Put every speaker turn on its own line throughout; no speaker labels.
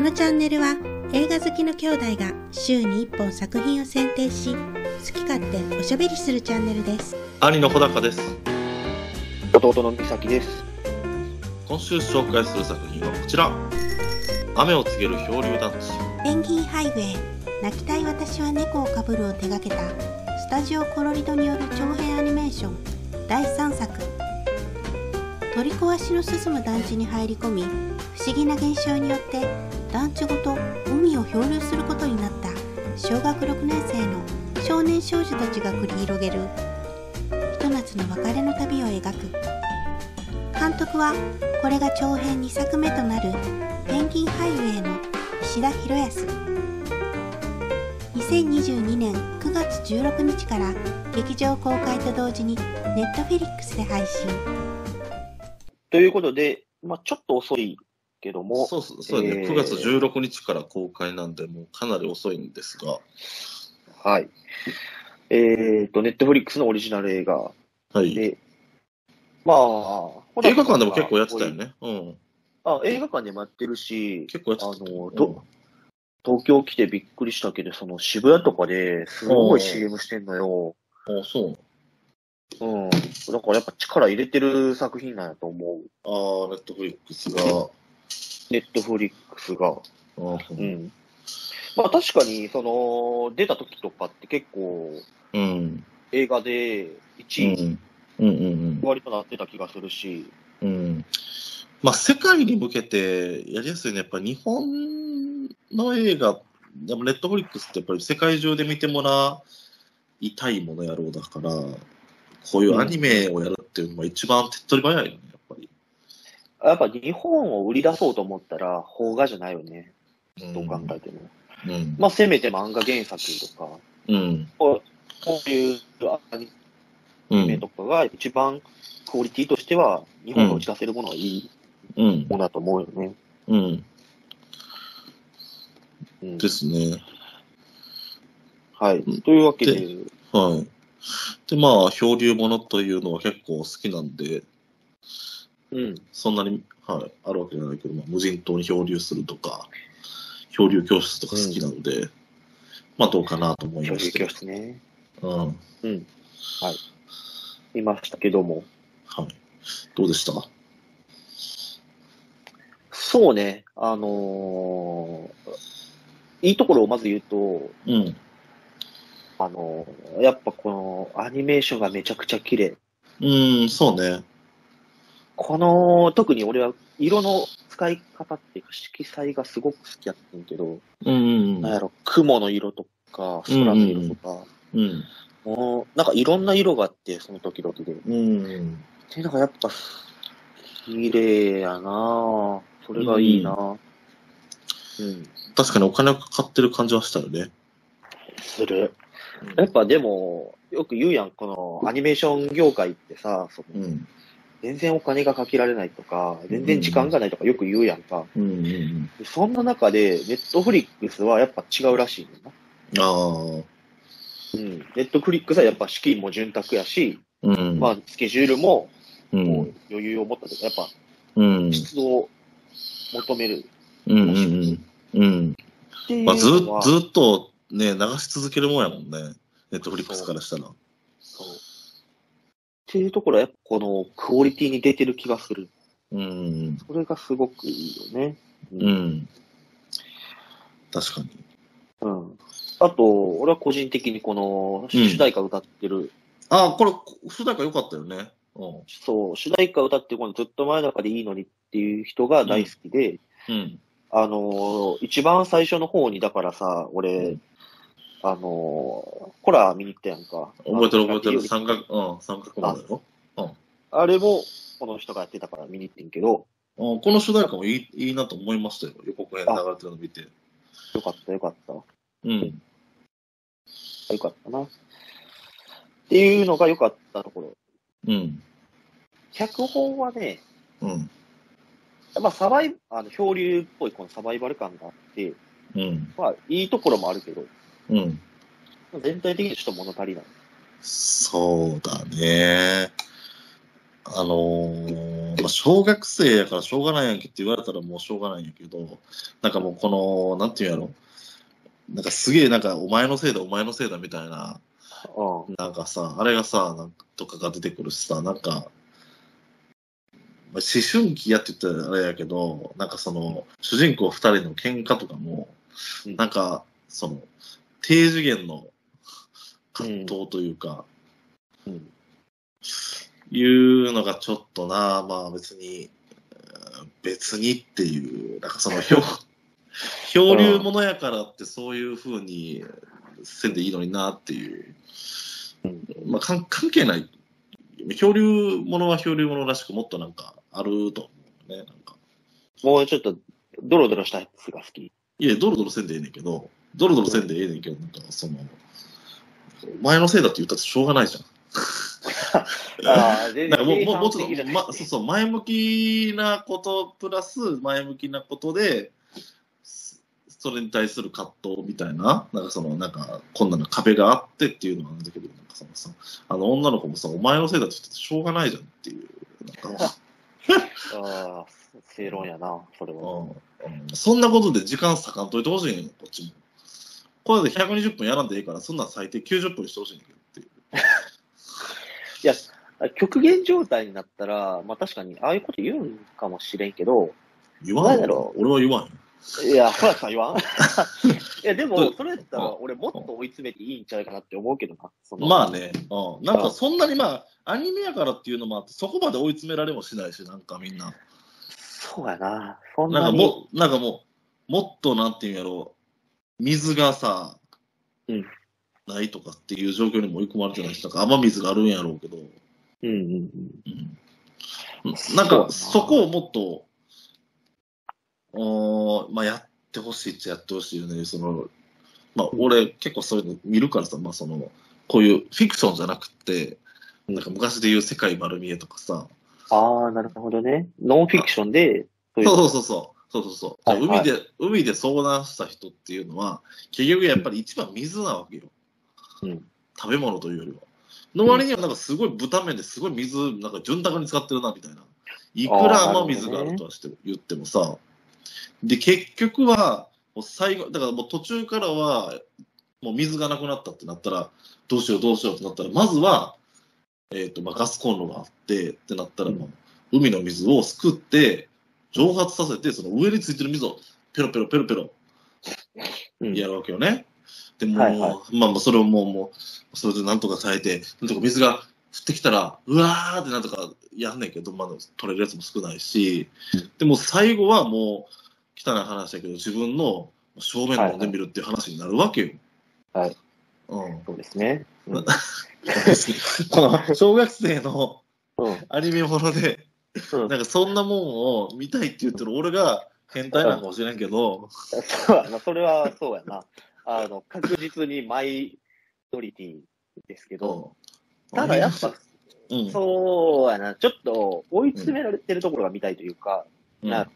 のチャンネルは映画好きの兄弟が週に1本作品を選定し好き勝手おしゃべりするチャンネルです
兄の穂高です
弟の美咲です。
今週紹介する作品はこちら雨を告げる漂流団地
ペンギンハイウェイ泣きたい私は猫をかぶるを手掛けたスタジオコロリドによる長編アニメーション第3作取り壊しの進む団地に入り込み不思議な現象によって団地ごと海を漂流することになった小学6年生の少年少女たちが繰り広げるひと夏の別れの旅を描く監督はこれが長編2作目となる「ペンギンハイウェイ」の石田博康2022年9月16日から劇場公開と同時に Netflix で配信
ということで、まあ、ちょっと遅いけども、
そうそうそうだね、
えー
9月16日から公開なんでもうかなり遅いんですが
はい。えっ、と、ネットフリックスのオリジナル映画
はい映
で、まあ、
画館でも結構やってたよ。ねうん
あ映画館でもやってるし、
結構やってた
あのど東京来てびっくりしたけど、その渋谷とかですごい CM してんのよ。
うんあそう
うん。だからやっぱ力入れてる作品なんやと思う。
あーネットフリックスが
ネットフリックスが。
あ
う
ー
ん。まあ確かに、その、出た時とかって結構、
うん
映画で
う
1位
んうんうん
割となってた気がするし、
うんうんまあ世界に向けてやりやすいねやっぱ日本の映画でもネットフリックスってやっぱり世界中で見てもらいたいものやろうだからこういうアニメをやるっていうのは一番手っ取り早いよねやっぱり。
やっぱ日本を売り出そうと思ったら、邦画じゃないよね、どう考えても。
うん
まあ、せめて漫画原作とか、
うん
こういうアニ
う
メ
ん
とかが一番クオリティとしては、日本が打ち出せるものはいい
うん
ものだと思うよね。
うん
うん
ですね。
はい。というわけで、
はい。でまあ漂流ものというのは結構好きなんで
うん。
そんなに、はい、あるわけじゃないけど、まあ、無人島に漂流するとか、漂流教室とか好きなんで、まあどうかなと思い
教
まし
育
て。
教室ね。
うん。はい。
いましたけども。
どうでした
そうね、あのーいいところをまず言うと、
うん。
あの、やっぱこのアニメーションがめちゃくちゃ綺麗。
うん、そうね。
この、特に俺は色の使い方っていうか色彩がすごく好きやってんけど、
うん。う
なん
ん
やろ、雲の色とか、空の色とか、
うん。
もう、なんかいろんな色があって、その時々で。
うん。
ていうのがやっぱ、綺麗やなぁ。それがいいなぁ。うん、
確かにお金がかかってる感じはしたよね。
する。やっぱでも、よく言うやん、このアニメーション業界ってさ、その
うん。
全然お金がかけられないとか、全然時間がないとかよく言うやんか。
うん。うんうん。
でそんな中で、ネットフリックスはやっぱ違うらしいねんな。
ああ。
うん。ネットフリックスはやっぱ資金も潤沢やし、
うん。
まあ、スケジュールも
う
も
ん
う。余裕を持ったというか、やっぱ
うん。
質を求める
うん。うん。うん。
っていう
まあ、ず、
のは、
ずっとね、流し続けるもんやもんね。ネットフリックスからしたら。
そうっていうところはやっぱこのクオリティに出てる気がする。
うん。
それがすごくいいよね。
うん。確かに。
うん。あと、俺は個人的にこの主題歌歌ってる
あ、これ、主題歌良かったよね。う
そう、主題歌歌ってこのずっと前の中でいいのにっていう人が大好きで、
ん。うん。
あのー一番最初の方に、だからさ、俺、
うん
あのーホラー見に行ったやんか。
覚えてる
あの
覚えてる。
なんか
三角、うん、三角まだよ。
あれも、この人がやってたから見に行ってんけど、
うん、この主題歌もいいいいなと思いましたよ。予告編で流れてるの見て。
よかったよかった。よ
うん。
かったな。っていうのが良かったところ。
うん。
脚本はね、
うん。
まあ、サバイ、あの、漂流っぽいこのサバイバル感があって、
うん。
まあ、いいところもあるけど、
うん。
全体的にちょっと物足りない。
そうだね。あのー、まあ、小学生やからしょうがないやんけって言われたらもうしょうがないんやけど、なんかもうこの、なんていうんやろ、なんかすげえなんかお前のせいだお前のせいだみたいな、
うん
なんかさ、あれがさ、なんかとかが出てくるしさ、なんか、まあ思春期やって言ったらあれやけど、なんかその、主人公二人の喧嘩とかも、
うん
なんか、その、低次元の葛藤というか、
うん
いうのがちょっとな、まあ別に、うん別にっていう、なんかその漂、漂流ものやからってそういうふうにせんでいいのになっていう、まあかん関係ない。漂流ものは漂流ものらしくもっとなんかあると思うね。なんか
もうちょっと、ドロドロしたやつが好き。
いや、ドロドロせんでええねんけど、ドロドロせんでええねんけど、なんかその、お前のせいだって言ったってしょうがないじゃん。
ああ、全
なんかもう
計
もう
算
もうちょっ
的
と、
じゃない
ま、そうそう前向きなことプラス前向きなことでそそれに対する葛藤みたいななんかそのなんかこんなの壁があってっていうのなんだけどなんかそのさあの女の子もさお前のせいだって言ってしょうがないじゃんっていうなん か、
ああ、正論やな、それ
う
は。
んうんそんなことで時間割かんといてほしいねんこっちもこれで120分やらんでいいからそんなん最低90分にしてほしいねんだけどっていう
いや、極限状態になったら、まあ確かに、ああいうこと言うんかもしれんけど、
言わん
なんや
よ
ろ
俺は言わんよ
いや、そらさん 言わんいや、で
ど
も
う、
それやったら、俺もっと追い詰めていいんちゃうかなって思うけどな。その
まあ。ね、うん、なんかそんなにまあ、アニメやからっていうのもあって、そこまで追い詰められもしないし、なんかみんな、
そうやな。そん
なん
な
か
に。
もう、なんかもう、もっとなんていうんやろう、水がさ、
うん
ないとかっていう状況にも追い込まれてないし、なんか雨水があるんやろうけど、
うんうんうん。
うん
そう
なんか
そ
そ
う
こをもっと、おーまあ、やってほしいっちゃやってほしいよね。そのまあ、俺、結構そういうの見るからさ、まあ、そのこういうフィクションじゃなくて、なんか昔で言う世界丸見えとかさ、
ああ、なるほどね。ノンフィクションで、そうい
そうそう
う。
そうそうそうそうそう、
はいはい
海で海で遭難した人っていうのは、結局やっぱり一番水なわけよ。
うん
食べ物というよりは。の割には、なんかすごい豚麺ですごい水、なんか潤沢に使ってるなみたいな。いくら雨水があるとはしても言ってもさ。で、結局は、もう最後、だからもう途中からは、もう水がなくなったってなったら、どうしようどうしようってなったら、まずは、えっ、と、まあ、ガスコンロがあってってなったら、もう海の水をすくって、蒸発させて、その上についてる水をペロペロペロペロ
うん
やるわけよね。でもう、
はいは
まあまあ、それをもう、もう、それでなんとか耐えて、なんとか水が降ってきたら、うわーってなんとかやんねんけど、まだ取れるやつも少ないし、でも最後はもう、汚い話だけど、自分の正面飲んでみるっていう話になるわけよ。
はい。
うん。
そうですね。うん。うん。
この小学生の
うん
アニメもので、なんかそんなもんを見たいって言ってる俺が変態なのかもしれんけど、
そうやな。それは、そうやな。あの、確実にマイノリティですけど、
うん
ただやっぱ、、
うん、
そうやな。ちょっと、追い詰められてるところが見たいというか、
うん
なんか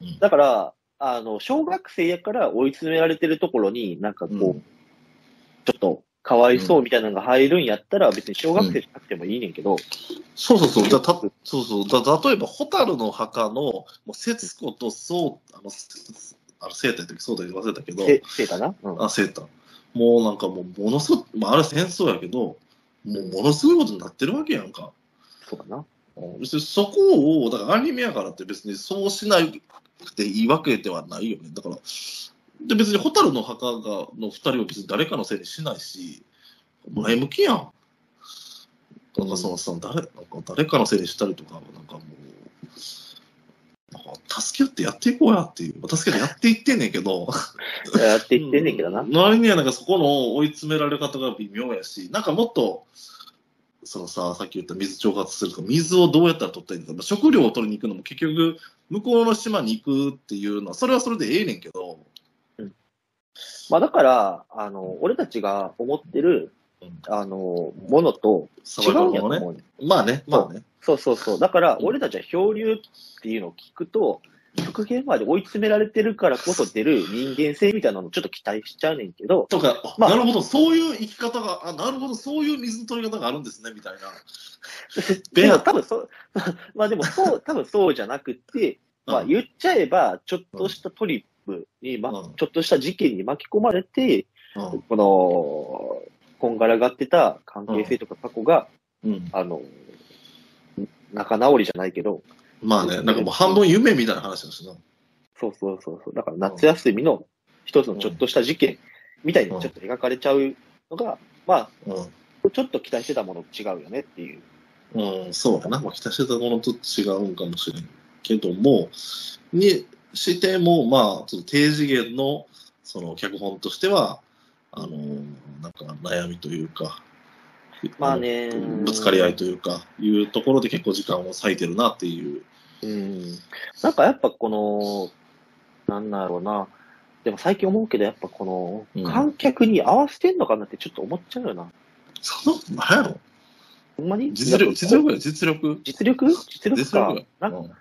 うん
だから、あの、小学生やから追い詰められてるところに、なんかこう、
うん
ちょっと、かわいそうみたいなのが入るんやったら、別に小学生じゃなくてもいいねんけど、
そうそうそう、だたそうそうだ例えば、蛍の墓の、もう節子とそう、あの、せあの生体の時、そうだ言わせたけど、
せ、せいかなうん。
あ、セーター。もうなんかもう、ものすごく、まあ、あれ戦争やけど、もうものすごいことになってるわけやんか。
そうだな。
うん別にそこを、だからアニメやからって別にそうしなくていいわけではないよね。だから、で別に蛍の墓がの二人を別に誰かのせいにしないし、前向きやん。なんかそのさ、誰なんか誰かのせいにしたりとか、なんかもう、なんか助け合ってやっていこうやっていう、助けてやっていってんねんけど。
やっていってんねんけどな。
うん割にはなんかそこの追い詰められ方が微妙やし、なんかもっと、そのさ、さっき言った水調達するとか、水をどうやったら取ったらいいのか、まあ食料を取りに行くのも結局、向こうの島に行くっていうのは、それはそれでええねんけど、
まあだから、あの、俺たちが思ってる
うん、
あの、ものと違
サバ
う
イ
んや
バ
と
ルの
思
ね。
うねん。
まあね、まあね。
そうそうそう。だから
う、ん
俺たちは漂流っていうのを聞くと、極限まで追い詰められてるからこそ出る人間性みたいなのをちょっと期待しちゃうねんけど、
とか、あ
まあ
なるほど、そういう生き方が、あ、なるほど、そういう水の取り方があるんですね、みたいな。ベ
でも
ア、
多分そう、 まあでもそう、多分そうじゃなく て、まあ
うん
言っちゃえば、ちょっとしたトリップに、ま
うん
ちょっとした事件に巻き込まれて、
うん
この、こんがらがってた関係性とか過去が、
うん。
あの、仲直りじゃないけど、
まあね、なんかもう半分夢みたいな話だしな。
そうそうそうそう。だから夏休みの一つのちょっとした事件みたいにちょっと描かれちゃうのが、ま
うん。
あ、ちょっと期待してたものと違うよねっていう。
うん、そうだな。まあ、北してたものと違うんかもしれんけども、にしても、まあ、ちょっと低次元の、その、脚本としては、あのなんか悩みというか、
まあね
うんぶつかり合いというか、いうところで結構時間を割いてるなっていう。
うん。なんかやっぱこの、なんだろうな。でも最近思うけど、やっぱこ
うん
の、観客に合わせてんのかなってちょっと思っちゃうよな。
その、 なんやろ
ほんまに
実力、実力
力
や、実力。
実力実力
実
か
力。や。
なな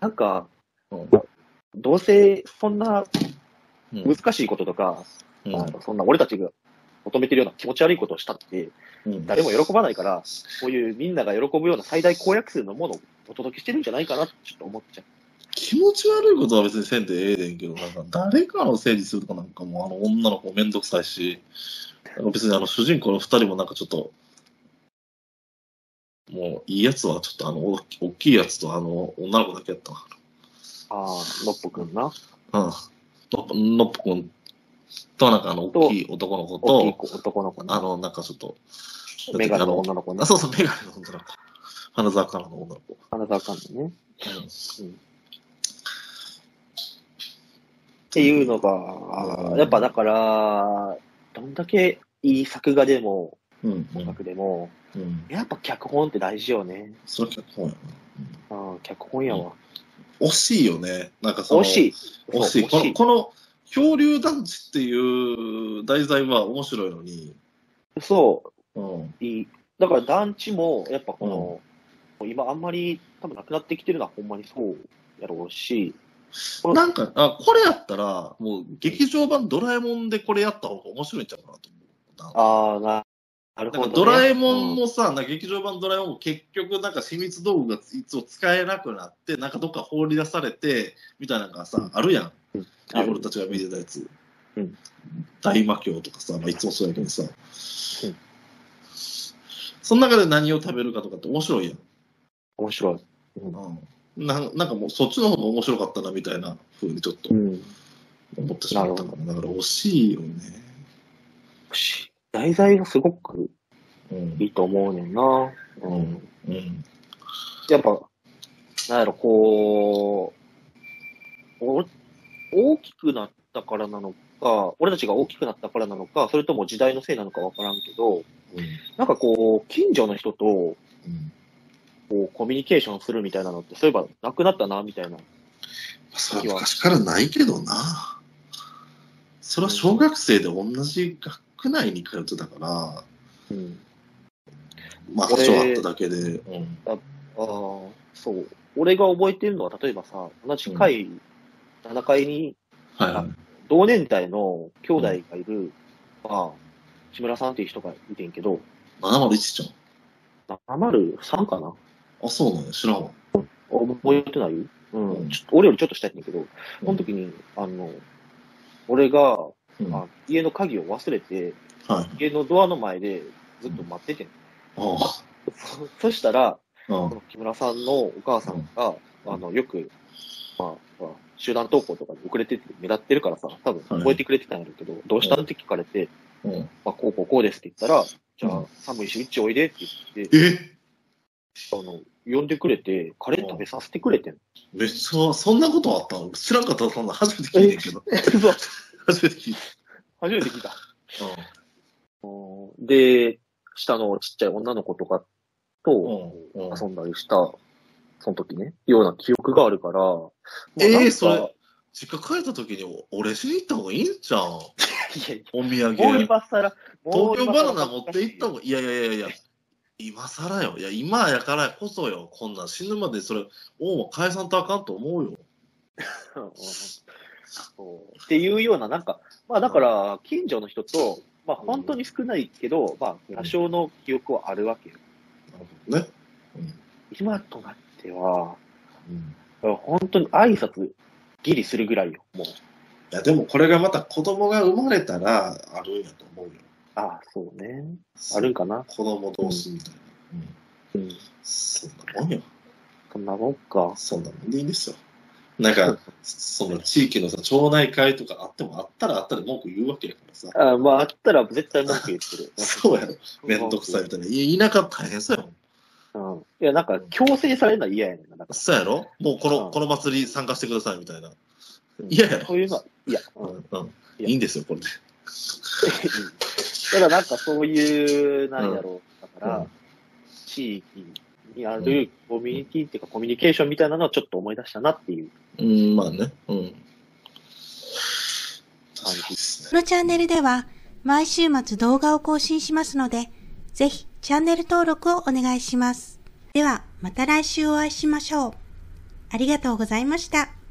なんか、
うん
どうせそんな
うんうん
難しいこととか、
うん
あのそんな俺たちが求めてるような気持ち悪いことをしたって、
うん
誰も喜ばないから、こういうみんなが喜ぶような最大公約数のものをお届けしてるんじゃないかなってちょっと思っちゃう。
気持ち悪いことは別にせんでええでんけど、なんか誰かのせいにするとかなんかもうあの女の子めんどくさいし、なんか別にあの主人公の二人もなんかちょっと、もういいやつはちょっとあの大き大きいやつとあの女の子だけやった
ああ、のっぽくんな。
わ。うん。ののっぽくんとなんかあの大きい男の子
大きい
と、
子男の子
あ
な。
のなんかちょっと、
メガネの女の子
あ、
な。
そうそう、メガネの女の子。花沢香菜の女の子。
あなたあかん
う
のね。
ん
っていうのが、
うん
やっぱだから、どんだけいい作画でも、
うん、う
音
ん、
楽でも、
うん。
やっぱ脚本って大事よね。
それ結構やな。
ああ、脚本やわ。
うん惜しいよね。なんかその、
惜しい。
惜しい。こ
そう惜
の、この漂流団地っていう題材は面白いのに、
そう。
うん。
いい。だから団地も、やっぱこの、もう今あんまり多分なくなってきてるのはほんまにそうやろうし、この
なんか、あ、これやったら、もう劇場版ドラえもんでこれやった方が面白いんちゃうかなと思うな。
ああ、ななる
な
ほど、
んか
ね。
ドラえもん
う
もさ、なんか劇場版ドラえもんも結局なんか秘密道具がいつも使えなくなって、なんかどっか放り出されて、みたいなのがさ、あるやん。
んあ
俺たちが見てたやつ。
うん
大魔教とかさ、まあ、いつもそうやけどさ。その中で何を食べるかとかって面白いやん。
面白い。
うん、ななんかもうそっちの方が面白かったなみたいな風にちょっと
うん。欲
思ってしまったかな。だから惜しいよね。
しい題材がすごく
うん
い。いと思うねんな。うん。
うん。
やっぱ、なんやろ、こう、お大きくなったからなのか、俺たちが大きくなったからなのか、それとも時代のせいなのかわからんけど、
うん。
なんかこう、近所の人と、
うん。
こうコミュニケーションするみたいなのって、そういえばなくなったな、みたいな。
それは昔からないけどな。それは小学生で同じ学内に通ってたから、
うん。
まあ、多
俺
少あっただけで。うん。
ああ、そう。俺が覚えてるのは、例えばさ、同じ階、7階に
はいはい。
同年代の兄弟がいる、まあ、木村さんっていう人がいてんけど、
701ちゃん。
703かな
あ、そうなんや。知らんわ。
覚えてないうん、
うん
ちょっと俺よりちょっと下やねんけど、その時に、あの、俺が、
うんは
あ家の鍵を忘れて、
い。あ
家のドアの前でずっと待っててん。
あ。
そそしたら、
うん
この木村さんのお母さんが、
うん
あの、よく、まあほら、集団登校とかで遅れてて目立ってるからさ、多分
はい
覚えてくれてたんやろうけど、どうしたんって聞かれて、
うん。
まあ、こうこうこうですって言ったら、じゃ
う
あ
ん、
寒いし、うちおいでって言って、
え
あの、呼んでくれて、カレー食べさせてくれてん。
めっちゃ、そんなことあったの知らんかったそんな初めて聞いてん けど。
そう
初めて聞い
初めて聞いた。
た。
うんで、下のちっちゃい女の子とかと
うん。うん。
遊んだりした、その時ね、ような記憶があるから、まあ
ええ
なんか
それ実家帰った時にお俺しに行った方がいいんじゃん。
いやい
お土産。
や、もう
東
今更、もう
京
今更
バナナ持って行った方がいやいやいやいや。今更よ。いや、今やからこそよ。こんなん死ぬまでそれ、恩を返さんとあかんと思うよ。
そうっていうような、なんか、まあだから、近所の人と、まあ本当に少ないけど、まあ多少の記憶はあるわけよ。
なるほどね。
今となっては、
うんうん
本当に挨拶ギリするぐらいよ、もう。
いや、でもこれがまた子供が生まれたらあるんやと思うよ。
ああ、そうね。あるんかな。
子供同士みたいな。うん
うん。
そんなもんよ。
そんなもんか。
そんなもんでいいんですよ。なんか、その地域のさ、町内会とかあってもあったらあったで文句言うわけやからさ。。
ああまあ、あったら絶対文句言ってる
そうやろ。めんどくさいみたいな。い田舎大変そうやもん。
うん。いや、なんか強制されるのは嫌やねんな。なんか
そうやろもうこ
う
の、
ん
この祭り参加してくださいみたいな。
うん
嫌やろ
そういうのは、いや、うん。
うん。いいんですよ、これで。
ただなんかそういう、なんやろう、だから、
うん
地域にあるコミュニティっていうか、コミュニケーションみたいなのをちょっと思い出したなっていう。
うん、まあね。うん。確かにですね。
このチャンネルでは毎週末動画を更新しますので、ぜひチャンネル登録をお願いします。ではまた来週お会いしましょう。ありがとうございました。